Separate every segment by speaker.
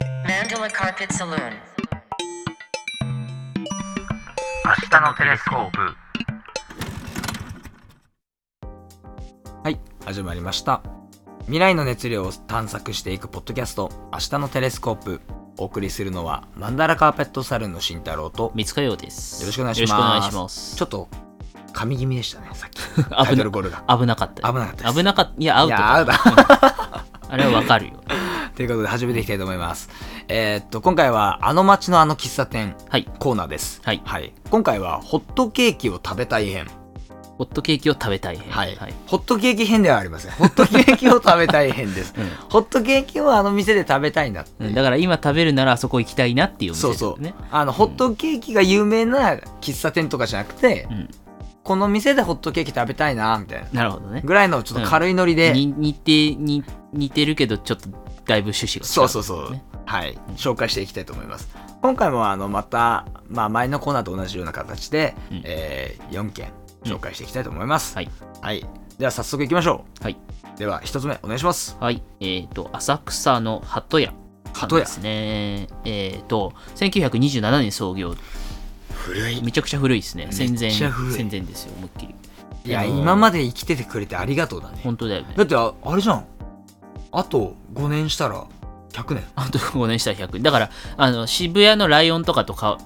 Speaker 1: Solar Carpet Saloon.
Speaker 2: 明日のテレスコープ
Speaker 3: はい、始まりました。未来の熱量を探索していくポッドキャスト、明日のテレスコープ。お送りするのは、マンダラカーペットサルーンの慎太郎と、
Speaker 4: 三塚洋です。
Speaker 3: よろしくお願いします。
Speaker 4: よろくお願いします
Speaker 3: ちょっと、神気味でしたね、 さっき。
Speaker 4: な
Speaker 3: タイトルゴールが。
Speaker 4: 危なかった。
Speaker 3: 危なかったです
Speaker 4: 危なかった。いや、アウ
Speaker 3: い
Speaker 4: ト
Speaker 3: や、
Speaker 4: だ。
Speaker 3: あうだ。
Speaker 4: あれはわかるよ。
Speaker 3: ということで、始めていきたいと思います。えーっと、今回は、あの街のあの喫茶店
Speaker 4: はい。
Speaker 3: コーナーです。
Speaker 4: はい
Speaker 3: はい。今回は、ホットケーキを食べたい編。
Speaker 4: ホットケーキを食べたい編。
Speaker 3: はい。ホットケーキ編ではありません。ホットケーキを食べたい編です。
Speaker 4: うん
Speaker 3: ホットケーキをあの店で食べたいんだって
Speaker 4: うんだから今食べるならあそこ行きたいなっていうお店
Speaker 3: そう
Speaker 4: です
Speaker 3: そう、
Speaker 4: ね。
Speaker 3: あのホットケーキが有名な喫茶店とかじゃなくて、
Speaker 4: うん
Speaker 3: この店でホットケーキ食べたいなみたいな
Speaker 4: なるほどね。
Speaker 3: ぐらいのちょっと軽いノリで、
Speaker 4: に似てに似てるけどちょっとだいぶ趣旨が違う、
Speaker 3: そうそうそう、
Speaker 4: ね
Speaker 3: はい紹介していきたいと思います今回もあのまた、まあ、前のコーナーと同じような形で、
Speaker 4: うん
Speaker 3: えー4件紹介していきたいと思います、
Speaker 4: はい。
Speaker 3: はいでは早速いきましょ
Speaker 4: はい。
Speaker 3: うでは1つ目お願いします
Speaker 4: はい。えっ、と、浅草の鳩屋。
Speaker 3: 鳩屋
Speaker 4: ですね。えっ、と、1927年創業。
Speaker 3: 古い
Speaker 4: めちゃくちゃ古いですね。戦
Speaker 3: め
Speaker 4: 前。
Speaker 3: っちゃ古い
Speaker 4: 戦前ですよ、思いっきり。
Speaker 3: いや
Speaker 4: あのー
Speaker 3: 今まで生きててくれてありがとうだね
Speaker 4: 本当だよね。
Speaker 3: だってああれじゃんあと5年したら100年
Speaker 4: あと5年したら100。だから、あの、渋谷のライオンとかとか、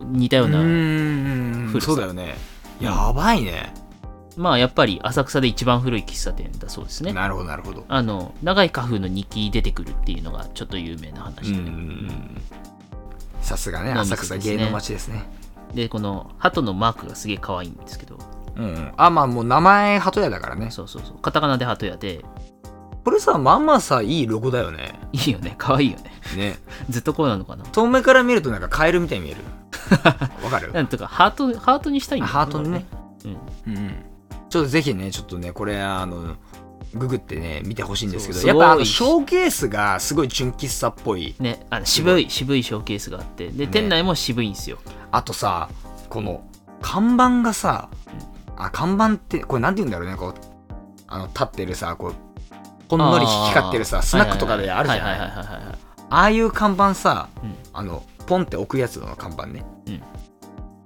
Speaker 4: 似たよう
Speaker 3: う
Speaker 4: な、
Speaker 3: ーん
Speaker 4: 古さ
Speaker 3: そうだよねやばいね
Speaker 4: まあ、やっぱり浅草で一番古い喫茶店だそうですね。
Speaker 3: なるほどなるほど
Speaker 4: あの、長い花風の日記出てくるっていうのが、ちょっと有名な
Speaker 3: う
Speaker 4: 話
Speaker 3: ん
Speaker 4: で。
Speaker 3: さすがね
Speaker 4: まあ
Speaker 3: 浅草
Speaker 4: そうです
Speaker 3: 芸
Speaker 4: ね
Speaker 3: 能町ですね
Speaker 4: で、この、鳩のマークがすげえ可愛いんですけど、
Speaker 3: うんうんあまあもう名前鳩屋だからね
Speaker 4: そうそうそう、カタカナで鳩屋で、
Speaker 3: これさまあまあさいいロゴだよね
Speaker 4: いいよね、可愛いよね。
Speaker 3: ね
Speaker 4: ずっとこうなのかな。
Speaker 3: 遠目から見るとなんかカエルみたいに 見えるわかる
Speaker 4: なんとか、ハート、ハートにしたいんだよ
Speaker 3: ハートにね。
Speaker 4: う
Speaker 3: う
Speaker 4: ん。
Speaker 3: んうんちょっとぜひねちょっとねこれあのググってね見てほしいんですけど
Speaker 4: そう
Speaker 3: やっぱあのシ
Speaker 4: す
Speaker 3: ョ
Speaker 4: ご
Speaker 3: ーケースがすごい純喫茶っぽい
Speaker 4: ね、あの渋い、渋いショーケースがあって、
Speaker 3: ね
Speaker 4: で、店内も渋いんですよ。
Speaker 3: あとさこの看板がさあ看板ってこれなんて言うんだろうねこうあの立ってるさこうほんのり引き光ってるさスナックとかであるじゃない
Speaker 4: はいはい
Speaker 3: あ
Speaker 4: はいはいはいはい
Speaker 3: あいう看板さ、
Speaker 4: うん
Speaker 3: あのポンって置くやつの看板ね、
Speaker 4: うん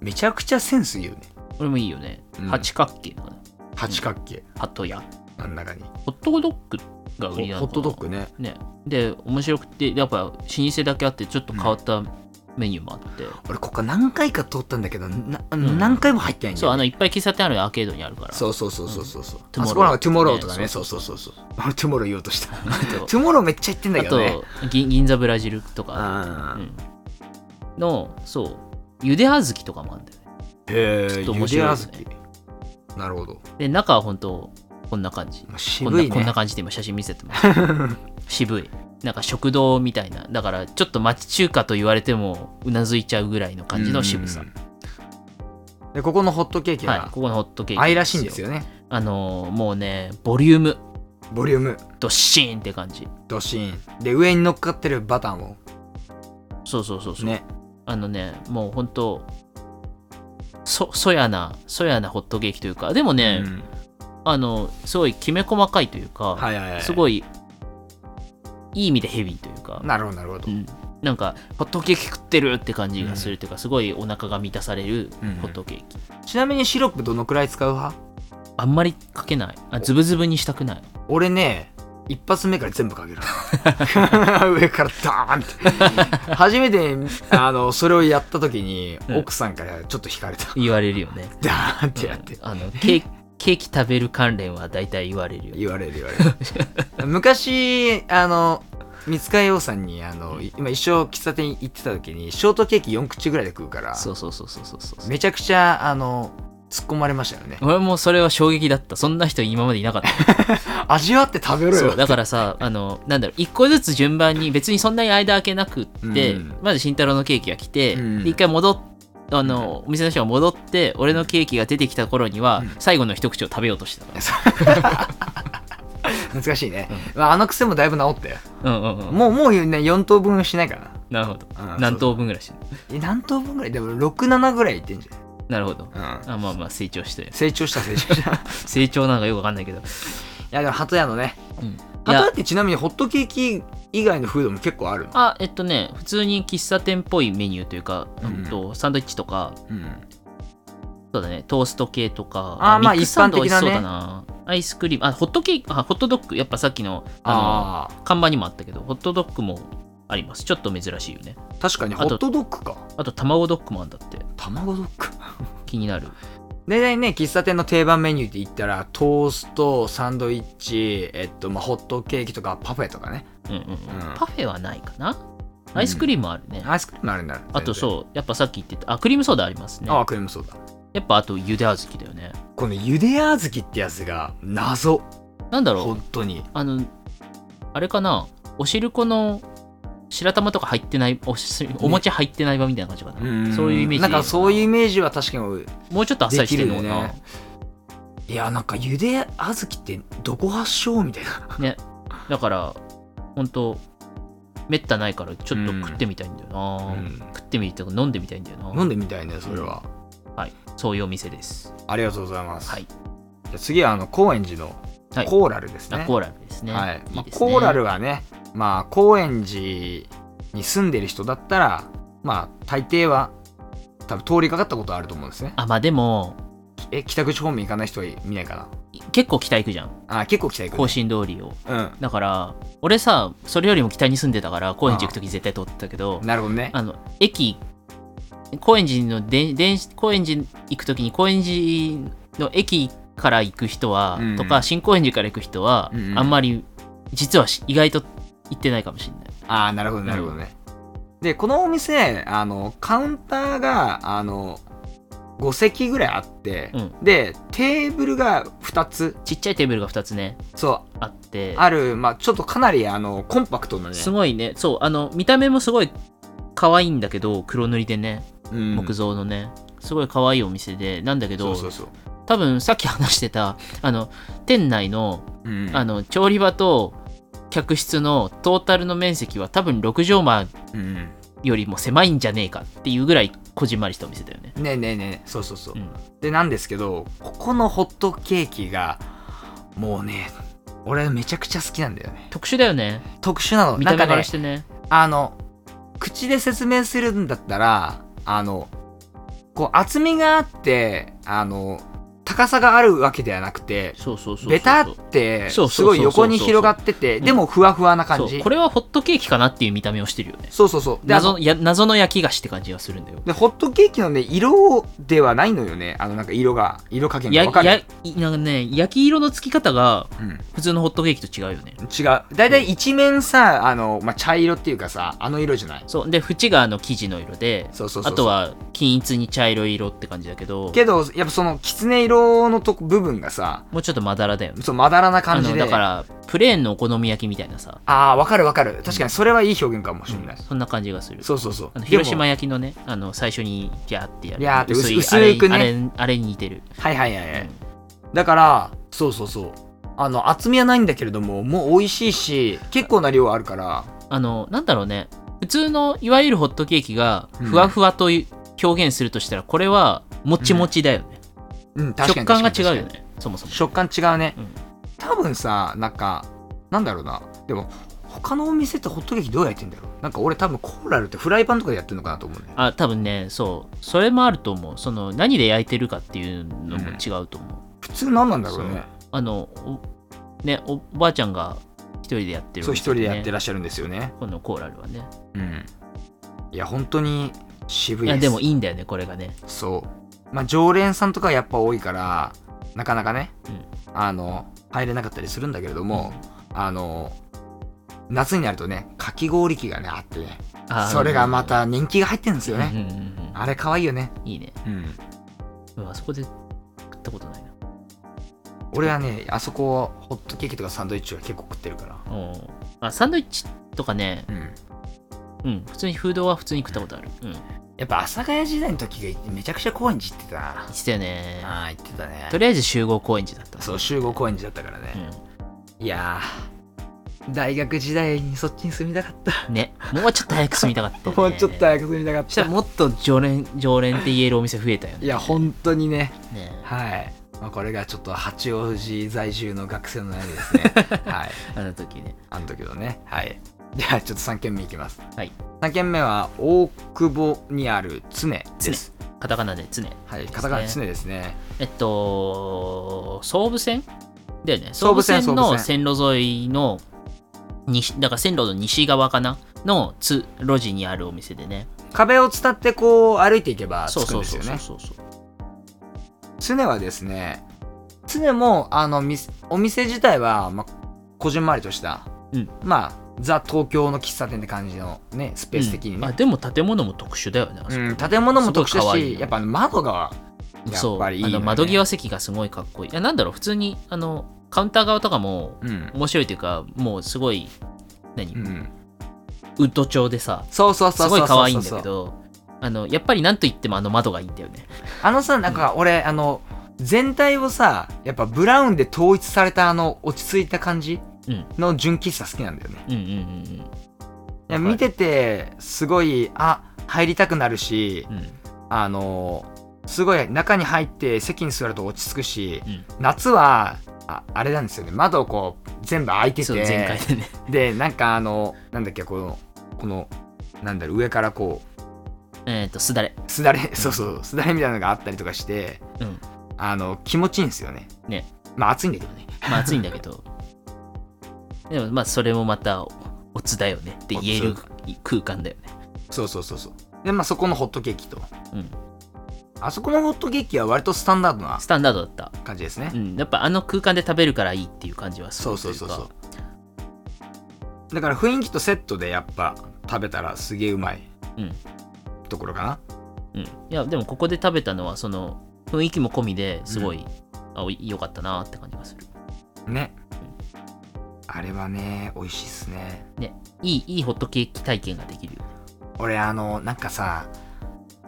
Speaker 3: めちゃくちゃセンスいいよね
Speaker 4: これもいいよね
Speaker 3: うん。
Speaker 4: 八角形のね。
Speaker 3: 八角形、
Speaker 4: 鳩屋
Speaker 3: 真ん中に
Speaker 4: ホットドッグが
Speaker 3: ホ
Speaker 4: 売りなの
Speaker 3: ホ
Speaker 4: かな
Speaker 3: ットドッグね
Speaker 4: ねで面白くてやっぱ老舗だけあってちょっと変わったメニューもあって、
Speaker 3: 俺ここ何回か通ったんだけどな、
Speaker 4: ん
Speaker 3: 何回も入ってないんだ
Speaker 4: そう
Speaker 3: よ
Speaker 4: あの
Speaker 3: ね
Speaker 4: いっぱい喫茶店あるアーケードにあるから
Speaker 3: そううそうそうそうそうそう、
Speaker 4: うん
Speaker 3: あそこなんかトゥモローとかね
Speaker 4: ね
Speaker 3: そ
Speaker 4: そう
Speaker 3: そうそうそう 俺トゥモロー言おうとした
Speaker 4: あ と
Speaker 3: トゥモローめっちゃ行ってんだ
Speaker 4: あ
Speaker 3: けどね
Speaker 4: と銀銀座ブラジルとか、
Speaker 3: あ
Speaker 4: うん、のそうゆで小豆とかもあるんだよね
Speaker 3: へ
Speaker 4: ちょ
Speaker 3: え、
Speaker 4: っと
Speaker 3: ゆ
Speaker 4: 面
Speaker 3: で
Speaker 4: 白い
Speaker 3: あ
Speaker 4: で
Speaker 3: ず
Speaker 4: す
Speaker 3: き
Speaker 4: ね。
Speaker 3: なるほど。
Speaker 4: で中は本当こんな感じ、
Speaker 3: まあ
Speaker 4: こ
Speaker 3: 渋
Speaker 4: ん
Speaker 3: い
Speaker 4: なこん
Speaker 3: ね
Speaker 4: な。感じで今写真見せてます 渋いなんか食堂みたいなだからちょっと町中華と言われてもうなずいちゃうぐらいの感じの渋さ
Speaker 3: う、ん。で、ここのホットケーキ
Speaker 4: はい
Speaker 3: は、
Speaker 4: ここのホットケーキ
Speaker 3: 愛らしいんですよね。
Speaker 4: あのーもうね、ボリューム、
Speaker 3: ボリューム、
Speaker 4: どっしーんって感じ。
Speaker 3: ドシーン。で、上に乗っかってるバターも、
Speaker 4: そうそうそうそう。
Speaker 3: ね。
Speaker 4: あのね、もう本当そ、そやな、そやなホットケーキというか、でもね、
Speaker 3: うん
Speaker 4: あの、すごいきめ細かいというか、
Speaker 3: はいはいはい。
Speaker 4: すごい、いい意味でヘビーというか、
Speaker 3: なるほど、なるほど
Speaker 4: う。んなんか、ホットケーキ食ってるって感じがするというか、すごいお腹が満たされる
Speaker 3: うん
Speaker 4: ホットケーキ。
Speaker 3: ちなみにシロップどのくらい使う派
Speaker 4: あんまりかけない。あ、ズブズブにしたくない。
Speaker 3: 俺ね、一発目から全部か ける。上からダーンって。初めて、あの、それをやった時に、
Speaker 4: うん
Speaker 3: 奥さんからちょっと引かれた。
Speaker 4: 言われるよね。
Speaker 3: ダーンってやって
Speaker 4: うん。あのケーケーキ食べる関連は大体言われるよね。
Speaker 3: 言われる言われ る昔あの三塚洋さんにあの今一生喫茶店行ってた時にショートケーキ4口ぐらいで食うから
Speaker 4: そうそうそうそうそうそう
Speaker 3: めちゃくちゃあの突っ込まれましたよね
Speaker 4: 俺もそれは衝撃だったそんな人今まで いなかった
Speaker 3: 味わって食べろ
Speaker 4: そ
Speaker 3: よ
Speaker 4: うだからさあのなんだろう一個ずつ順番に別にそんなに間空けなくって、
Speaker 3: うん
Speaker 4: まず慎太郎のケーキが来て、
Speaker 3: うん
Speaker 4: で一回戻っあの、お店の人が戻って俺のケーキが出てきた頃には、
Speaker 3: うん
Speaker 4: 最後の一口を食べようとしてたか
Speaker 3: 難しいね、まあ、あの癖もだいぶ治ったよ
Speaker 4: らうんうんうん
Speaker 3: もうもうね4等分しないかな
Speaker 4: なるほど
Speaker 3: あ
Speaker 4: 何等分ぐらいしてる
Speaker 3: え何等分ぐらいでも67ぐらいいってんじ
Speaker 4: なるほど
Speaker 3: ゃん、うん、
Speaker 4: あまあまあ成長して
Speaker 3: 成長した成長 したい
Speaker 4: 成長なんかよくわかんないけど
Speaker 3: やでも鳩屋のね
Speaker 4: うんい
Speaker 3: 鳩屋
Speaker 4: や
Speaker 3: ってちなみにホットケーキ以外のフードも結構あるの
Speaker 4: あえっとね普通に喫茶店っぽいメニューというか、
Speaker 3: うん
Speaker 4: うんとサンドイッチとか
Speaker 3: うん
Speaker 4: そうだねトースト系とか
Speaker 3: あーまあ
Speaker 4: ミックスサンド
Speaker 3: 一般的なね
Speaker 4: 美味しそうだなアイスクリームあホットケーキあホットドッグやっぱさっきのあ
Speaker 3: あ
Speaker 4: の看板にもあったけどホットドッグもありますちょっと珍しいよね
Speaker 3: ー確かに
Speaker 4: あ
Speaker 3: ホ
Speaker 4: と
Speaker 3: ットドッグか
Speaker 4: あと卵ドッグもあんだって
Speaker 3: 卵ドッグ
Speaker 4: 気になる
Speaker 3: 大体ね喫茶店の定番メニューって言ったらトーストサンドイッチえっとまあホットケーキとかパフェとかね
Speaker 4: うんうん、うん
Speaker 3: うん、
Speaker 4: パフェはないかなアイスクリームあるね、
Speaker 3: アイスクリームあるんだ
Speaker 4: あと
Speaker 3: う
Speaker 4: そうやっぱさっき言ってたあクリームソーダありますね
Speaker 3: あクリームソーダ
Speaker 4: やっぱあとゆで小豆だよね
Speaker 3: このゆであずきってやつが謎
Speaker 4: なんだろう
Speaker 3: 本当に
Speaker 4: あの、あれかな、おしるこの白玉とか入ってない、おしお餅入ってない場みたいな感じかな。そういうイメージ
Speaker 3: なんかそういうイメージは確かに
Speaker 4: もうちょっとあっさりしてるのかな。
Speaker 3: でいやなんかゆであずきってどこ発祥みたいな
Speaker 4: だから、ほんと、めったないから、ちょっと
Speaker 3: うん
Speaker 4: 食ってみたいんだよな。
Speaker 3: うん
Speaker 4: 食ってみるとか飲んでみたいんだよな。
Speaker 3: 飲んでみたいねそれは、
Speaker 4: はい、そういうお店です。
Speaker 3: ありがとうございます、
Speaker 4: はい
Speaker 3: じゃあ次はあの高円寺の
Speaker 4: はい
Speaker 3: コーラルですね、
Speaker 4: あコーラルですね。
Speaker 3: はいまあ
Speaker 4: ですね
Speaker 3: コーラルはねまあ高円寺に住んでる人だったらまあ大抵は多分通りかかったことあると思うんですね
Speaker 4: あ、まあでも、
Speaker 3: え北口方面行かない人は見ないか
Speaker 4: 結構北行くじゃん。
Speaker 3: なあ結構北行く、
Speaker 4: 甲子園通りを。
Speaker 3: う
Speaker 4: だから、俺さ、それよりも北に住んでたから、高円寺行くとき絶対通ってたけど
Speaker 3: ん、なるほどね
Speaker 4: あの駅高円寺ので電高円寺行くときに高円寺の駅から行く人は、
Speaker 3: うん
Speaker 4: とか新高円寺から行く人は、
Speaker 3: うんうん
Speaker 4: あんまり実はし意外と行ってないかもしれない
Speaker 3: ああなるほどなるほどね、でこのお店あのカウンターがあの5席ぐらいあって、
Speaker 4: うん
Speaker 3: でテーブルが2つ
Speaker 4: ちっちゃいテーブルが2つね
Speaker 3: そ
Speaker 4: あって
Speaker 3: うある、まあ、ちょっとかなりあのコンパクトなね
Speaker 4: すごいねそうあの見た目もすごい可愛いんだけど黒塗りでね
Speaker 3: うん
Speaker 4: 木造のね、すごい可愛いお店でなんだけ
Speaker 3: そ
Speaker 4: ど
Speaker 3: うそうそう、
Speaker 4: 多分さっき話してたあの店内の
Speaker 3: うん
Speaker 4: あの調理場と客室のトータルの面積は多分6畳間
Speaker 3: うん
Speaker 4: よりも狭いんじゃねえかっていうぐらいこじんまりしたお店だよね。
Speaker 3: ねえねえねえそうそうそう、
Speaker 4: うん
Speaker 3: でなんですけどここのホットケーキがもうね俺めちゃくちゃ好きなんだよね
Speaker 4: 特殊だよね。
Speaker 3: 特殊なの
Speaker 4: 見た
Speaker 3: な
Speaker 4: 目
Speaker 3: ん
Speaker 4: か
Speaker 3: からね
Speaker 4: してね。
Speaker 3: あの口で説明するんだったらあのこう厚みがあってあの高さがあるわけではなくて
Speaker 4: そうそうそうそう。
Speaker 3: ベタって
Speaker 4: そう
Speaker 3: す
Speaker 4: そうそ
Speaker 3: ご
Speaker 4: うそう
Speaker 3: い横に広がってて
Speaker 4: うん
Speaker 3: でもふわふわな感
Speaker 4: そう
Speaker 3: じ
Speaker 4: これはホットケーキかなっていう見た目をしてるよね。
Speaker 3: そうそうそうであの
Speaker 4: 謎や謎の焼き菓子って感じがするんだよ。
Speaker 3: でホットケーキのね色ではないのよねあのなんか色が色加減が
Speaker 4: や
Speaker 3: 分かる
Speaker 4: やなんかね、焼き色のつき方が
Speaker 3: うん
Speaker 4: 普通のホットケーキと違うよね。
Speaker 3: 違う大体一面さあの、まあ、茶色っていうかさあの色じゃない
Speaker 4: そうで縁があの生地の色で
Speaker 3: そうそうそうそう
Speaker 4: あとは均一に茶色い色って感じだけど
Speaker 3: けどやっぱそのきつね色のとこ部分がさ
Speaker 4: もうちょっとまだらだよね。
Speaker 3: そうまだらな感じ
Speaker 4: あ
Speaker 3: で
Speaker 4: のだからプレーンのお好み焼きみたいなさ、
Speaker 3: ああ、わかるわかる。確かにそれはいい表現かもしれない。
Speaker 4: そんな感じがする
Speaker 3: そうそうそうで
Speaker 4: あ。の
Speaker 3: も
Speaker 4: 広島焼きのねあの最初にギャーってやる
Speaker 3: ギャーって薄
Speaker 4: い
Speaker 3: 薄くね
Speaker 4: あれにあれにあれに似てる、
Speaker 3: はいはいはいはい
Speaker 4: うん。
Speaker 3: だから、そうそうそう。あの、厚みはないんだけれども、もう美味しいし、結構な量あるから、
Speaker 4: あのなんだろうね普通のいわゆるホットケーキがふわふわという表現するとしたらこれはもちもちだよね、
Speaker 3: うん、確か
Speaker 4: 食
Speaker 3: に。
Speaker 4: 感が違
Speaker 3: 確か
Speaker 4: う
Speaker 3: に
Speaker 4: よ。ねそもそも
Speaker 3: 食感違うね
Speaker 4: うん。
Speaker 3: 多分さ、なんか、なんだろうな。でも、他のお店ってホットケーキどうやってんだろうなんか俺多分コーラルってフライパンとかでやってるのかなと思うんだよ。
Speaker 4: あ多分ねそうそれもあると思うその何で焼いてるかっていうのも違うと思う、
Speaker 3: 普通何なんだろうね。
Speaker 4: あのおねおばあちゃんが一人でやってる、
Speaker 3: そう、一人でやって
Speaker 4: る
Speaker 3: らっしゃるんですよね。
Speaker 4: このコーラルはね
Speaker 3: うん。いや、本当に渋
Speaker 4: い
Speaker 3: いで
Speaker 4: や
Speaker 3: す。
Speaker 4: でもいいんだよねこれがね
Speaker 3: そう。まあ、常連さんとかやっぱ多いから、なかなかね、
Speaker 4: うん
Speaker 3: あの、入れなかったりするんだけれども、あの、夏になるとね、かき氷機がね、あってね、
Speaker 4: あー
Speaker 3: それがまた人気が入ってるんですよ
Speaker 4: うん
Speaker 3: ね。
Speaker 4: うんうんうん
Speaker 3: あれ可愛いよね。
Speaker 4: いいね。
Speaker 3: うん。
Speaker 4: うんあそこで食ったことないな。
Speaker 3: 俺はね、あそこ、ホットケーキとかサンドイッチは結構食ってるから。
Speaker 4: うんあサンドイッチとかね、
Speaker 3: うん。
Speaker 4: うん、普通にフードは普通に食ったことある。うん。言
Speaker 3: やっぱ、阿佐ヶ谷時代の時がめちゃくちゃ高円寺行ってたな。
Speaker 4: ってたよね。
Speaker 3: ああ、行ってたね
Speaker 4: と。りあえず集合高円寺だった。
Speaker 3: そう、集合高円寺だったからね。いやー、大学時代にそっちに住みたかった。
Speaker 4: うん。ね。もうちょっと早く住みたかったよ ね。
Speaker 3: もうちょっと早く住みたかっ
Speaker 4: そした
Speaker 3: た
Speaker 4: ら。もっと常連、常連って言えるお店増えたよね。
Speaker 3: いや、本当にね、
Speaker 4: ね
Speaker 3: はい。まあ、これがちょっと八 王子在住の学生の悩みですね。はい。
Speaker 4: あの時ね。
Speaker 3: あの時のね、はい。ではちょっと3軒目いきます、
Speaker 4: はい、
Speaker 3: 3軒目は大久保にある常です
Speaker 4: カタカナで常。
Speaker 3: はいカタカナ常ですね
Speaker 4: えっと、総武線だよね。
Speaker 3: 総
Speaker 4: 総
Speaker 3: 武
Speaker 4: 武
Speaker 3: 線
Speaker 4: 線の
Speaker 3: 総
Speaker 4: 線路沿いの、西だから線路の西側かなのつ路地にあるお店でね。
Speaker 3: 壁を伝ってこう歩いていけば
Speaker 4: そう
Speaker 3: 着く
Speaker 4: そ
Speaker 3: ん
Speaker 4: う
Speaker 3: です
Speaker 4: そ
Speaker 3: よ
Speaker 4: うそ
Speaker 3: ね
Speaker 4: うそうそう。
Speaker 3: 常はですね常もあのみお店自体は、まあ、こじんまりとした、
Speaker 4: うん
Speaker 3: まあザ東京の喫茶店って感じのねスペース的に
Speaker 4: うんまあ
Speaker 3: ね、
Speaker 4: でも建物も特殊だよね。あそこ
Speaker 3: うん建物も特殊
Speaker 4: す
Speaker 3: だ
Speaker 4: ごい可愛
Speaker 3: し
Speaker 4: いよ
Speaker 3: やっぱあの窓がや
Speaker 4: そ
Speaker 3: っ
Speaker 4: う、
Speaker 3: ぱりいい
Speaker 4: あ
Speaker 3: よね
Speaker 4: の窓際席がすごいかっこいい。いやなんだろう、普通にあのカウンター側とかも
Speaker 3: うん、
Speaker 4: 面白いというか、もうすごい、何、
Speaker 3: うん、
Speaker 4: ウッド調でさ、
Speaker 3: そうそうそ
Speaker 4: す
Speaker 3: うそ
Speaker 4: ご
Speaker 3: う
Speaker 4: い
Speaker 3: そう
Speaker 4: 可愛いんだけど、あのやっぱりなんと言ってもあの窓がいいんだよね。
Speaker 3: あのさなんか俺、あの全体をさやっぱブラウンで統一されたあの落ち着いた感じ
Speaker 4: うん
Speaker 3: の純喫茶好きなんだよね、
Speaker 4: うんうんうん
Speaker 3: いや
Speaker 4: はい
Speaker 3: 見ててすごいあ入りたくなるし
Speaker 4: うん。うん
Speaker 3: あのすごい中に入って席に座ると落ち着くし、
Speaker 4: うん
Speaker 3: 夏はああれなんですよね窓をこう全部開いて
Speaker 4: そう前回
Speaker 3: て
Speaker 4: でね。
Speaker 3: でなんかあのなんだっけこのこのなんだろう上からこう
Speaker 4: えっと、すだれ。
Speaker 3: すだれ、そうそうすだれみたいなのがあったりとかして、
Speaker 4: うん
Speaker 3: あの気持ちいいんですよね
Speaker 4: ね
Speaker 3: まあ暑いんだけどね
Speaker 4: まあ暑いんだけど。 でもまあそれもまたお、おつだよねって言え
Speaker 3: お
Speaker 4: る
Speaker 3: つ
Speaker 4: 空間だよね。
Speaker 3: そうそうそうそうでまあそこのホットケーキと
Speaker 4: うん。
Speaker 3: あそこのホットケーキは割とスタンダードな
Speaker 4: スタンダードだった。
Speaker 3: 感じですね、
Speaker 4: うん。やっぱあの空間で食べるからいいっていう感じはす
Speaker 3: そ
Speaker 4: る
Speaker 3: う
Speaker 4: と
Speaker 3: そ
Speaker 4: いうか
Speaker 3: そうそうだから雰囲気とセットでやっぱ食べたらすげえうまい
Speaker 4: うん
Speaker 3: ところかな、
Speaker 4: うん、いやでもここで食べたのはその雰囲気も込みですごい、あおい良かったなって感じがする
Speaker 3: ねあれはね美味しいっすね
Speaker 4: ねいいいいホットケーキ体験ができるよ
Speaker 3: 俺あのなんかさ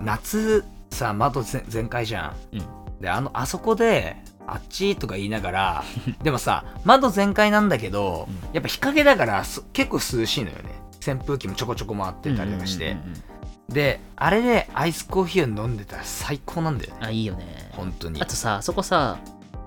Speaker 3: 夏さ窓全全開じゃん、
Speaker 4: うん
Speaker 3: であのあそこであっちとか言いなが らでもさ窓全開なんだけど、
Speaker 4: う
Speaker 3: やっぱ日陰だからす結構涼しいのよね扇風機もちょこちょこ回ってたりとかして、
Speaker 4: うんうんうんうん
Speaker 3: であれでアイスコーヒーを飲んでたら最高なんだよね
Speaker 4: あいいよね
Speaker 3: 本当に
Speaker 4: あとさあそこさ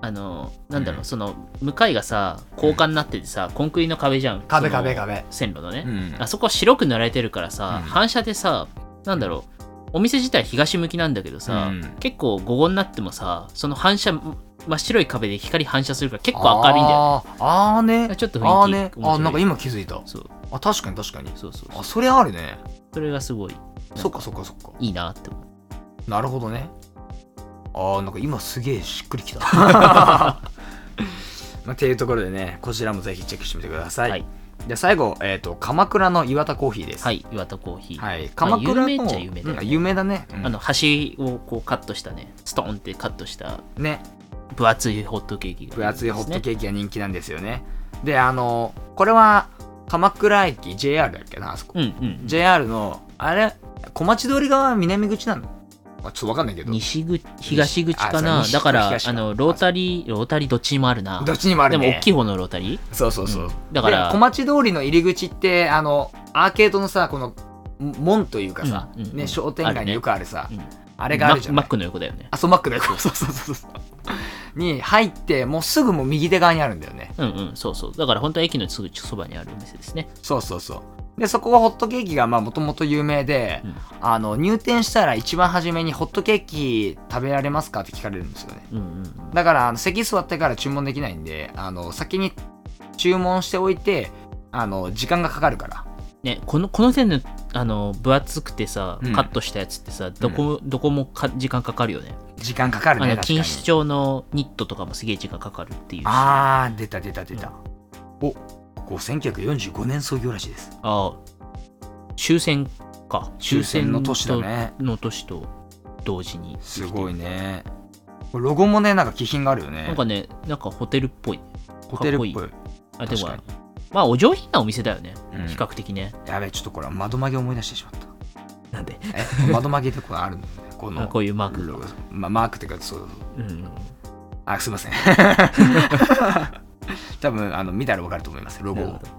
Speaker 4: あのなんだろう、
Speaker 3: うん
Speaker 4: その向かいがさ高架になっててさ、コンクリの壁じゃん
Speaker 3: 壁
Speaker 4: その
Speaker 3: 壁壁
Speaker 4: 線路のね、
Speaker 3: うん
Speaker 4: あそこ白く塗られてるからさ、
Speaker 3: うん
Speaker 4: 反射でさなんだろうお店自体東向きなんだけどさ、
Speaker 3: うん
Speaker 4: 結構午後になってもさその反射真っ白い壁で光反射するから結構明るいんだよね
Speaker 3: あーあーね
Speaker 4: ちょっと雰囲気
Speaker 3: あーね
Speaker 4: 面白い
Speaker 3: あなんか今気づいた
Speaker 4: そう
Speaker 3: あ確かに確かに
Speaker 4: そうそうそ
Speaker 3: あ
Speaker 4: う
Speaker 3: それあるね
Speaker 4: それがすごい
Speaker 3: そっかそっかそっか
Speaker 4: いいなって思う
Speaker 3: なるほどねあーなんか今すげえしっくり きたまあ、っていうところでねこちらもぜひチェックしてみてください、
Speaker 4: はい
Speaker 3: じゃあ最後、えー、と鎌倉の岩田コーヒーです、
Speaker 4: はいい岩田コーヒー、
Speaker 3: はい、鎌倉の、
Speaker 4: 有名っちゃ有名だよね
Speaker 3: うん有名だね、うん
Speaker 4: あの端をこうカットしたねストーンってカットした
Speaker 3: ね
Speaker 4: 分厚いホットケーキが
Speaker 3: 分厚いホット
Speaker 4: ーキ
Speaker 3: ケーキが人気なんですよねであのこれは鎌倉駅 JR だっけなあそこ、
Speaker 4: うんうん、じゃ
Speaker 3: JR のあれ小町通り側は南口なのあちょっと分かんないけど
Speaker 4: 西口東口かな
Speaker 3: あそう
Speaker 4: だから
Speaker 3: 西口か東か
Speaker 4: あのロータリーロータリーどっちにもあるな
Speaker 3: どっちにもあるね
Speaker 4: でも大きい方のロータリー
Speaker 3: そうそうそう、
Speaker 4: うんだから
Speaker 3: で小町通りの入り口ってあのアーケードのさこの門というかさ、
Speaker 4: うんうんうん
Speaker 3: ね、商店街によくあるさあ
Speaker 4: ある
Speaker 3: れ
Speaker 4: ね
Speaker 3: があるじゃん
Speaker 4: ママックの横だよね
Speaker 3: あそうマックだよそうそうそうそうに入ってもうすぐもう右手側にあるんだよね
Speaker 4: うんうんそうそうだから本当は駅のすぐそばにあるお店ですね
Speaker 3: そうそうそうでそこはホットケーキがもともと有名で、
Speaker 4: うん
Speaker 3: あの入店したら一番初めにホットケーキ食べられますかって聞かれるんですよね
Speaker 4: うんうんうん
Speaker 3: だからあの席座ってから注文できないんであの先に注文しておいてあの時間がかかるから
Speaker 4: ね、このこの線のあの分厚くてさ、
Speaker 3: うん
Speaker 4: カットしたやつってさどこ,、どこもか時間かかるよね
Speaker 3: 時間かかる
Speaker 4: あ
Speaker 3: ね
Speaker 4: の
Speaker 3: 確か
Speaker 4: 錦
Speaker 3: に
Speaker 4: 糸町のニットとかもすげえ時間かかるっていうし
Speaker 3: あー出た出た出た、おここ1945年創業らしいです
Speaker 4: あ終戦か
Speaker 3: 終戦の年だね
Speaker 4: 終戦との年と同時に
Speaker 3: すごいねこれロゴもねなんか気品があるよ
Speaker 4: な
Speaker 3: ね
Speaker 4: んかねなんかホテルっぽい
Speaker 3: ホテルっぽい
Speaker 4: かあでも
Speaker 3: 確
Speaker 4: まあお上品なお店だよね、
Speaker 3: うん
Speaker 4: 比較的ね
Speaker 3: やべえちょっとこれ窓曲げ思い出してしまった
Speaker 4: なんで
Speaker 3: え窓曲げってこれあるんだよねこの
Speaker 4: あこういうマーク
Speaker 3: ロゴま、マークっていうかそう
Speaker 4: うん
Speaker 3: あすいま せん多分あの見たら分かると思いますロゴ
Speaker 4: なる
Speaker 3: を
Speaker 4: ほど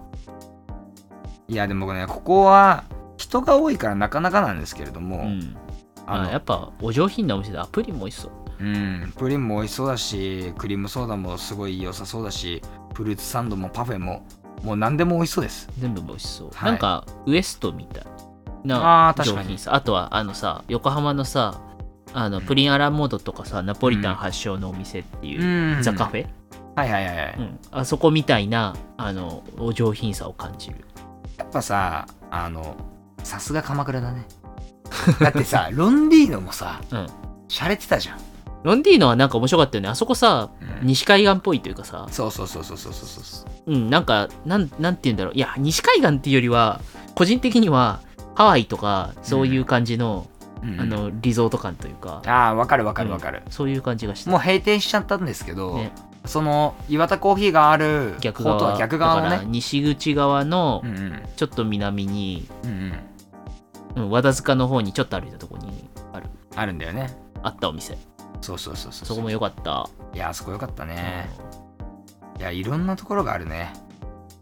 Speaker 3: いやでもねここは人が多いからなかなかなんですけれども、
Speaker 4: うん
Speaker 3: あの
Speaker 4: あやっぱお上品なお店だアプリも美味しそう
Speaker 3: うん、プリンも美味しそうだしクリームソーダもすごい良さそうだしフルーツサンドもパフェももう何でも美味しそうです
Speaker 4: 全部美味しそう、
Speaker 3: はい
Speaker 4: なんかウエストみたい
Speaker 3: あ
Speaker 4: な
Speaker 3: ー確
Speaker 4: 上
Speaker 3: かに
Speaker 4: 品さあとはあのさ横浜のさあのプリンアラモードとかさナポリタン発祥のお店っていう、
Speaker 3: ん
Speaker 4: ザカフェ、
Speaker 3: はいはいはいはい、
Speaker 4: う
Speaker 3: や
Speaker 4: ん、あそこみたいなあのお上品さを感じる
Speaker 3: っぱさあのさすが鎌倉だねだって さロンディーノもさ
Speaker 4: うん
Speaker 3: 洒落てたじゃん、
Speaker 4: ロンディーノはなんか面白かったよねあそこさ
Speaker 3: うん、
Speaker 4: 西海岸っぽいというかさ
Speaker 3: そうそうそうそうそうそうそう
Speaker 4: うんなんかなんなんて言うんだろういや西海岸っていうよりは個人的にはハワイとかそういう感じの,、
Speaker 3: うん
Speaker 4: あのリゾート感というか、
Speaker 3: ああわかるわかるわかる、
Speaker 4: そういう感じがした
Speaker 3: もう閉店しちゃったんですけど、
Speaker 4: ね
Speaker 3: その岩田コーヒーがある
Speaker 4: 逆
Speaker 3: 方
Speaker 4: 側
Speaker 3: とは逆側
Speaker 4: だ
Speaker 3: の
Speaker 4: から
Speaker 3: ね
Speaker 4: 西口側の
Speaker 3: うんうん
Speaker 4: ちょっと南に、
Speaker 3: うんうん
Speaker 4: うん、和田塚の方にちょっと歩いたとこにある
Speaker 3: あるんだよね
Speaker 4: あったお店
Speaker 3: そうそうそうそう
Speaker 4: そこも良かった、
Speaker 3: いやあそこよかったね、いやいろんなところがあるね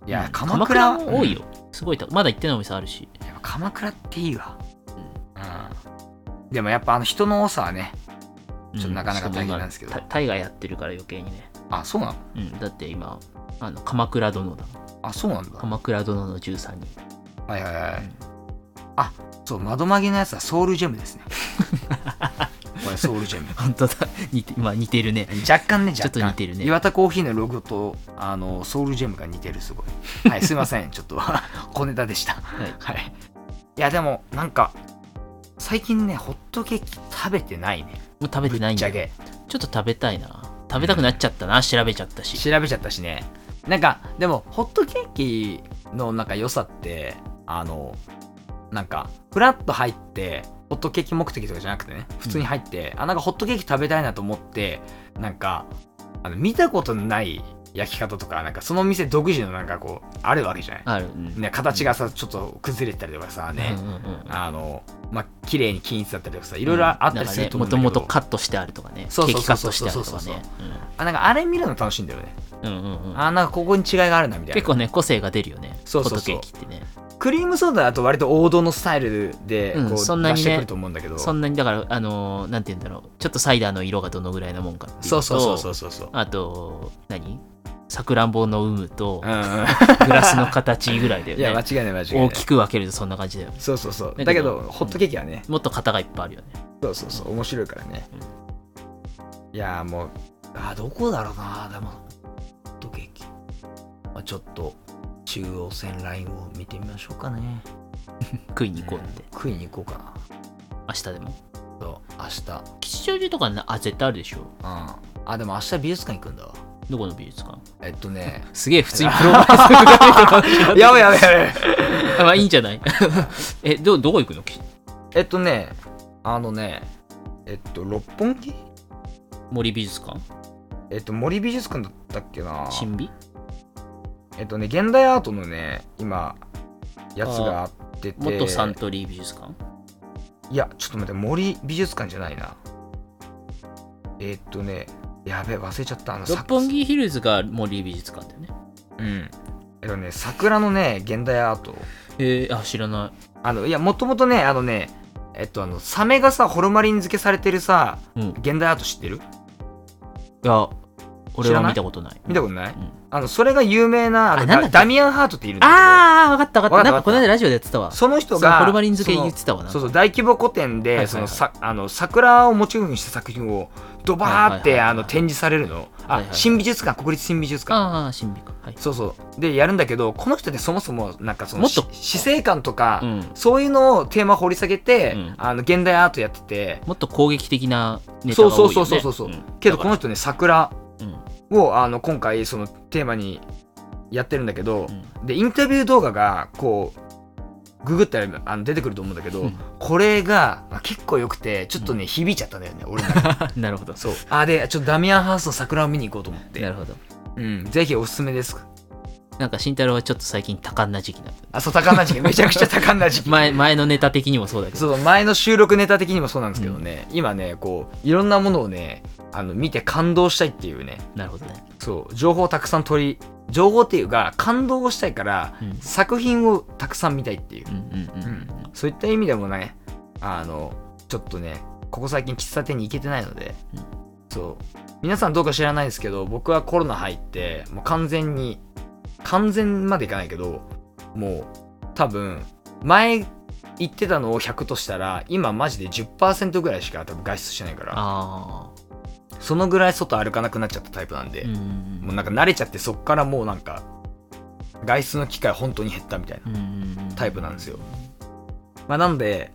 Speaker 3: いや、
Speaker 4: うん
Speaker 3: 鎌倉
Speaker 4: も多いよ、すごいたまだ行ってないお店あるし
Speaker 3: やっぱ鎌倉っていいわうんでもやっぱあの人の多さはねちょっとなかなか大変なんですけど
Speaker 4: しかも今タタイがやってるから余計にね、
Speaker 3: あそうなの
Speaker 4: うん、だって今あの鎌倉殿だもん
Speaker 3: あそうなんだ
Speaker 4: 鎌倉殿の13人
Speaker 3: はいはいはいあそう窓曲げのやつはソウルジェム ですねこれソウルジェム
Speaker 4: 本当だ似て今似てるね
Speaker 3: 若干ね若干
Speaker 4: ちょっと似てるね
Speaker 3: 岩田コーヒーのロゴとあのソウルジェムが似てるすごいはいすいま せんちょっと小ネタでした
Speaker 4: はい
Speaker 3: はいいやでもなんか最近ねホットケーキ食べてないね
Speaker 4: もう食べてないん
Speaker 3: じ
Speaker 4: だ
Speaker 3: ゃ
Speaker 4: よ
Speaker 3: け
Speaker 4: ちょっと食べたいな食べたくなっちゃったな、調べちゃったし
Speaker 3: 調べちゃったしねなんかでもホットケーキのなんか良さってあのなんかフラッと入ってホットケーキ目的とかじゃなくてね普通に入って、あなんかホットケーキ食べたいなと思ってなんかあの見たことのない焼き方とかなんかその店独自のなんかこうあるわけじゃない、
Speaker 4: ある、うん
Speaker 3: ね、形がさちょっと崩れてたりとかさね、
Speaker 4: うんうんうん
Speaker 3: あのまあ綺麗に均一だったりとかさいろいろあったりすると思うんだけど、
Speaker 4: もともとカットしてあるとかねケ
Speaker 3: そう
Speaker 4: ー
Speaker 3: そう
Speaker 4: キ
Speaker 3: そ
Speaker 4: カ
Speaker 3: う
Speaker 4: ッ
Speaker 3: そ
Speaker 4: ト
Speaker 3: う
Speaker 4: してあるとか
Speaker 3: そうそう
Speaker 4: ね
Speaker 3: あなんかあれ見るの楽しいんだよね、
Speaker 4: うんうんうんうん
Speaker 3: あなんかここに違いがあるなみたいな
Speaker 4: 結構ね個性が出るよね
Speaker 3: そうそうそう
Speaker 4: ホットケーキってね
Speaker 3: クリームソーダだと割と王道のスタイルで
Speaker 4: うん
Speaker 3: こう、
Speaker 4: そんなに
Speaker 3: 出
Speaker 4: ね
Speaker 3: してくると思うんだけど
Speaker 4: そんなにだからあのーなんて言うんだろうちょっとサイダーの色がどのぐらいのもんかっていうと
Speaker 3: そうそうそうそうそうそう
Speaker 4: あと何さくらんぼの有無と
Speaker 3: うんうん
Speaker 4: グラスの形ぐらいだ よ
Speaker 3: いや間
Speaker 4: ね
Speaker 3: 違いない間違いない
Speaker 4: 大きく分けるとそんな感じだよね
Speaker 3: そうそうそうだ
Speaker 4: だけど
Speaker 3: けど
Speaker 4: うん
Speaker 3: ホットケーキはね
Speaker 4: もっと型がいっぱいあるよね
Speaker 3: そうそうそう面白いからねいやーもうあーどこだろうなでもホットケーキ、まあ、ちょっと中央線ラインを見てみましょうかね
Speaker 4: 食いに行こうって
Speaker 3: 食いに行こうか
Speaker 4: 明日でも
Speaker 3: なそう明日
Speaker 4: 吉祥寺とかなあ絶対あるでしょ
Speaker 3: うんあでも明日美術館行くんだわ
Speaker 4: どこの美術館
Speaker 3: えっと ね
Speaker 4: すげえ普通にプロバイスが出てる
Speaker 3: やべやべやべ
Speaker 4: あ まあいいんじゃないえどどこ行くのき
Speaker 3: えっとね、あのね、えっと、六本木
Speaker 4: 森美術館
Speaker 3: えっと、森美術館だったっけな
Speaker 4: 新美
Speaker 3: えっとね、現代アートのね、今、やつがあってて。
Speaker 4: 元サントリー美術館
Speaker 3: いや、ちょっと待って、森美術館じゃないな。えっとね、やべ、忘れちゃった。あの、
Speaker 4: 六本木ヒルズが森美術館だよね
Speaker 3: さうん。えっとね、桜のね、現代アート。
Speaker 4: えー、あ知らな
Speaker 3: あの、いや、もともとね、あのね、えっと、あの、サメがさ、ホルマリン漬けされてるさ、
Speaker 4: いうんい
Speaker 3: 現代アート知ってる
Speaker 4: や俺
Speaker 3: 知ら
Speaker 4: は
Speaker 3: ない
Speaker 4: 見たことない
Speaker 3: 見たことない、
Speaker 4: うん
Speaker 3: あの、それが有名な、あの
Speaker 4: あなんだっ
Speaker 3: ダ
Speaker 4: け
Speaker 3: ダミアン・ハートっているんだけど。
Speaker 4: ああ分かった分か
Speaker 3: わかったた
Speaker 4: っなんかこの間ラジオでやってたわ
Speaker 3: その人
Speaker 4: その
Speaker 3: が
Speaker 4: ホルマリン漬け
Speaker 3: その
Speaker 4: 言ってたわな
Speaker 3: そうそう大規模個展で、
Speaker 4: はいはいはい
Speaker 3: そのさあの桜をモチーフにした作品をドバーっ
Speaker 4: はい
Speaker 3: て
Speaker 4: はいはいはい
Speaker 3: あの展示されるの、
Speaker 4: はいはい
Speaker 3: あ新美術館国立新美術館
Speaker 4: ああ新美かはい
Speaker 3: そうそうでやるんだけどこの人ってそもそもなんかその
Speaker 4: もっと
Speaker 3: し死生観とか、
Speaker 4: うん
Speaker 3: そういうのをテーマ掘り下げて、
Speaker 4: うん
Speaker 3: あの現代アートやってて
Speaker 4: もっと攻撃的なネタが多いよ、
Speaker 3: そ
Speaker 4: ね、
Speaker 3: うそうそうそうそう
Speaker 4: うん
Speaker 3: けどこの人ね桜
Speaker 4: うん
Speaker 3: をあの今回そのテーマにやってるんだけど
Speaker 4: う、ん
Speaker 3: でインタビュー動画がこうググったらあの出てくると思うんだけど、
Speaker 4: うん
Speaker 3: これがまあ結構良くてちょっとね、響いちゃったんだよね俺の中で
Speaker 4: なるほ ど
Speaker 3: そうあでちょっとダミアン・ハーストの桜を見に行こうと思って
Speaker 4: なるほど
Speaker 3: うん、ぜひおすすめです
Speaker 4: なんか慎太郎はちょっと最近多感な時期なんだよね
Speaker 3: あそう高んな時期めちゃくちゃ高んな 時期
Speaker 4: 前前のネタ的にもそうだけど
Speaker 3: そう前の収録ネタ的にもそうなんですけどね、今ねこういろんなものをねあの見て感動したいっていうね
Speaker 4: なるほどね、
Speaker 3: そう情報をたくさん取り情報っていうか感動をしたいから
Speaker 4: うん、
Speaker 3: 作品をたくさん見たいっていう
Speaker 4: うんうんうんうん
Speaker 3: そういった意味でもね、あの、ちょっとね、ここ最近喫茶店に行けてないので、
Speaker 4: うん
Speaker 3: そう。皆さんどうか知らないですけど、僕はコロナ入って、もう完全に完全までいかないけどもう多分前言ってたのを100としたら今マジで10%ぐらいしか多分外出してないから
Speaker 4: ああ
Speaker 3: そのぐらい外歩かなくなっちゃったタイプなんで、
Speaker 4: うん
Speaker 3: もうなんか慣れちゃってそっからもうなんか外出の機会本当に減ったみたいな
Speaker 4: うん
Speaker 3: タイプなんですよまあなんで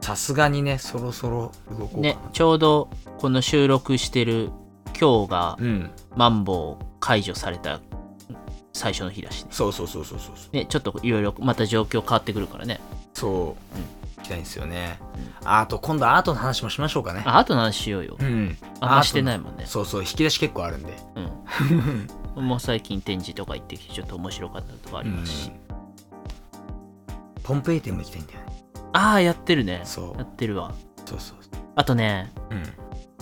Speaker 3: さすがにねそろそろ動こうかな、
Speaker 4: ねちょうどこの収録してる今日が
Speaker 3: うん
Speaker 4: マンボウ解除された最初の日だしね
Speaker 3: そうそうそうそうそうそう
Speaker 4: ねちょっといろいろまた状況変わってくるからね
Speaker 3: そう、行きたいんですよね、あと今度アートの話もしましょうかね
Speaker 4: あアートの話しようよ
Speaker 3: うん
Speaker 4: あんましてないもん
Speaker 3: アート
Speaker 4: ね
Speaker 3: のそうそう引き出し結構あるんで
Speaker 4: うんもう最近展示とか行ってきてちょっと面白かったとかありますし、
Speaker 3: ポンプエイ店も行きたいんだよね
Speaker 4: ああやってるね
Speaker 3: そう
Speaker 4: やってるわ
Speaker 3: そうそうそう
Speaker 4: あとね
Speaker 3: うん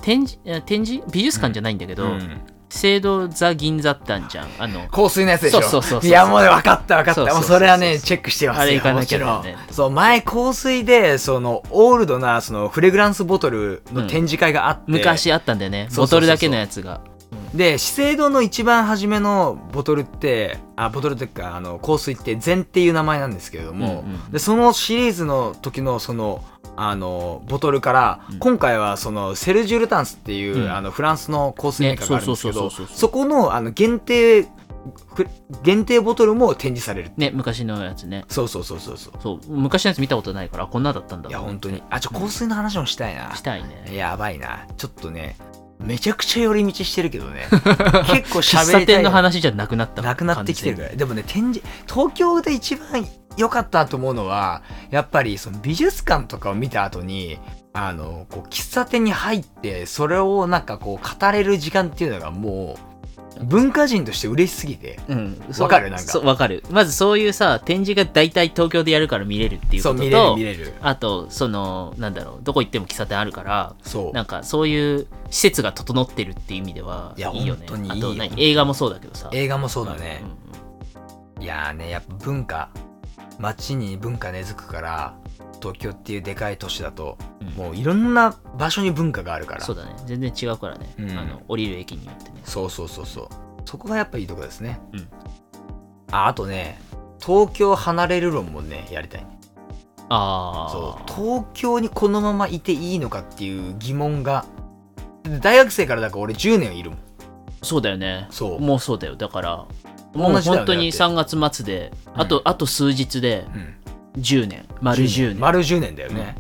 Speaker 4: 展示え展示美術館じゃないんだけど、
Speaker 3: うん
Speaker 4: 聖堂座銀座ってあんじゃんあの
Speaker 3: 香水のやつでしょ
Speaker 4: そうそうそうそう
Speaker 3: いやもう分かった分かった
Speaker 4: そうそうそうそう
Speaker 3: もうそれはねチェックしてますよ
Speaker 4: あれ行かなきゃだよ
Speaker 3: もち
Speaker 4: ね
Speaker 3: ろんそう前香水でそのオールドなそのフレグランスボトルの展示会があって、
Speaker 4: 昔あったんだよね
Speaker 3: そう
Speaker 4: ボ
Speaker 3: そうそうそう
Speaker 4: トルだけのやつが
Speaker 3: で資生堂の一番初めのボトルってあボトルというかあの香水って禅っていう名前なんですけれども、
Speaker 4: うんうんうん
Speaker 3: でそのシリーズの時のそのあのボトルから、
Speaker 4: うん
Speaker 3: 今回はそのセルジュ・ルタンスっていう、
Speaker 4: うん
Speaker 3: あのフランスの香水メーカーがあるんですけ
Speaker 4: ねそう
Speaker 3: ど
Speaker 4: そうそうそうそう
Speaker 3: そこのあの限定く限定ボトルも展示される
Speaker 4: ね昔のやつね
Speaker 3: そうそうそうそうそう
Speaker 4: そう昔のやつ見たことないからこんなだったんだ
Speaker 3: いや本当にあちょ香水の話もしたいな
Speaker 4: したいね
Speaker 3: やばいなちょっとねめちゃくちゃ寄り道してるけど ね結構
Speaker 4: 喫
Speaker 3: 喋りた
Speaker 4: 茶
Speaker 3: い
Speaker 4: 店の話じゃなくなった
Speaker 3: なくなってきてるから
Speaker 4: ら
Speaker 3: いでもね展示東京で一番良かったと思うのはやっぱりその美術館とかを見た後にあのこう喫茶店に入ってそれをなんかこう語れる時間っていうのがもう文化人として嬉しすぎて
Speaker 4: うん、
Speaker 3: わかるなんか
Speaker 4: そうわかるまずそういうさ展示が大体東京でやるから見れるっていう
Speaker 3: そ
Speaker 4: こ
Speaker 3: う
Speaker 4: と
Speaker 3: 見れる
Speaker 4: と
Speaker 3: 見れる
Speaker 4: あとそのなんだろうどこ行っても喫茶店あるから
Speaker 3: そう
Speaker 4: なんかそういう施設が整ってるっていう意味ではい
Speaker 3: や
Speaker 4: いいよね
Speaker 3: 本当にいいよ
Speaker 4: あと何映画もそうだけどさ
Speaker 3: 映画もそうだね
Speaker 4: ん、ん
Speaker 3: いやーねやっぱ文化街に文化根付くから東京っていうでかい都市だと
Speaker 4: うん
Speaker 3: もういろんな場所に文化があるから
Speaker 4: そうだね全然違うからね、
Speaker 3: うん
Speaker 4: あの降りる駅によってね
Speaker 3: そうそうそうそうそこがやっぱいいとこですね
Speaker 4: うん
Speaker 3: ああとね東京離れる論もねやりたい
Speaker 4: ああ
Speaker 3: そう東京にこのままいていいのかっていう疑問が大学生からだから俺10年いるもん
Speaker 4: そうだよね
Speaker 3: そう
Speaker 4: もうそうだよだから
Speaker 3: 同
Speaker 4: もう
Speaker 3: じだよね
Speaker 4: 本当に3月末で、
Speaker 3: ん
Speaker 4: あとあと数日で
Speaker 3: うん
Speaker 4: 10年丸10年
Speaker 3: 丸10年だよね、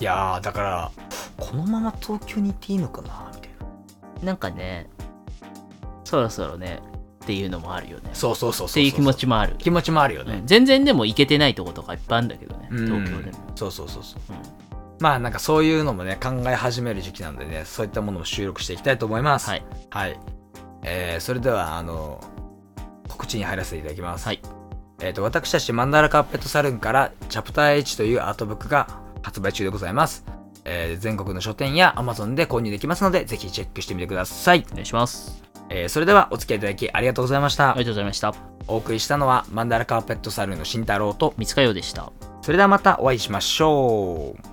Speaker 3: いやーだからこのまま東京にいていいのかなみたいな
Speaker 4: なんかねそろそろねっていうのもあるよね
Speaker 3: そうそうそうそうそう
Speaker 4: っていう気持ちもある、
Speaker 3: 気持ちもあるよ
Speaker 4: う
Speaker 3: ね
Speaker 4: ん、全然でも行けてないとことかいっぱいあるんだけどね
Speaker 3: うん
Speaker 4: 東京でも、
Speaker 3: そうそうそうそう
Speaker 4: うん
Speaker 3: まあなんかそういうのもね考え始める時期なんでねそういったものも収録していきたいと思います
Speaker 4: はい、
Speaker 3: はいえーそれではあの告知に入らせていただきます、
Speaker 4: はい
Speaker 3: えー、と私たちマンダラカーペットサルンからチャプター H というアートブックが発売中でございます、えー全国の書店や Amazon で購入できますのでぜひチェックしてみてください、
Speaker 4: お願いします
Speaker 3: えーそれではお付き合いいただきありがとうございまし
Speaker 4: あ
Speaker 3: た
Speaker 4: りがとうございました
Speaker 3: お送りしたのはマンダラカーペットサルンの慎太郎と
Speaker 4: 三塚洋でした
Speaker 3: それではまたお会いしましょう